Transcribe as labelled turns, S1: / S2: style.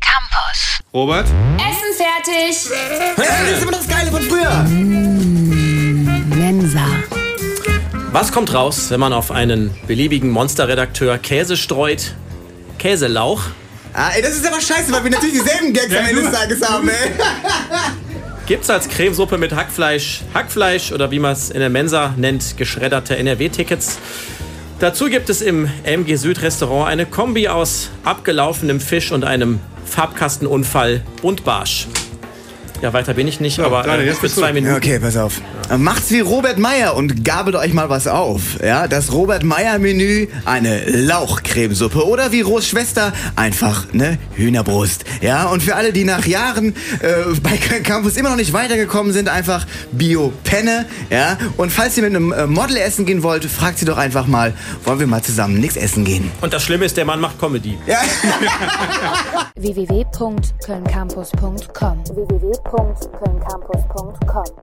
S1: Campus.
S2: Robert?
S3: Essen fertig.
S4: Das ist immer das Geile von früher.
S1: Mensa.
S5: Was kommt raus, wenn man auf einen beliebigen Monsterredakteur Käse streut? Käselauch,
S4: Ah, ey, das ist aber scheiße, weil wir natürlich dieselben Gags am Ende des Tages haben, ey.
S5: Gibt's als Cremesuppe mit Hackfleisch, Hackfleisch oder wie man es in der Mensa nennt, geschredderte NRW-Tickets. Dazu gibt es im MG Süd Restaurant eine Kombi aus abgelaufenem Fisch und einem Farbkastenunfall und Barsch. Ja, weiter bin ich nicht, aber
S2: Daniel,
S5: äh,
S2: jetzt
S5: für
S2: bist du.
S5: zwei Minuten.
S4: Okay, pass auf. Macht's wie Robert Meyer und gabelt euch mal was auf. Ja, das Robert Meyer Menü, eine Lauchcremesuppe oder wie Ros Schwester einfach ne Hühnerbrust. Ja, und für alle, die nach Jahren äh, bei Campus immer noch nicht weitergekommen sind, einfach Bio Penne, ja? Und falls ihr mit einem äh, Model essen gehen wollt, fragt sie doch einfach mal, wollen wir mal zusammen nichts essen gehen?
S5: Und das Schlimme ist, der Mann macht Comedy.
S6: www.kölncampus.com www.kölncampus.com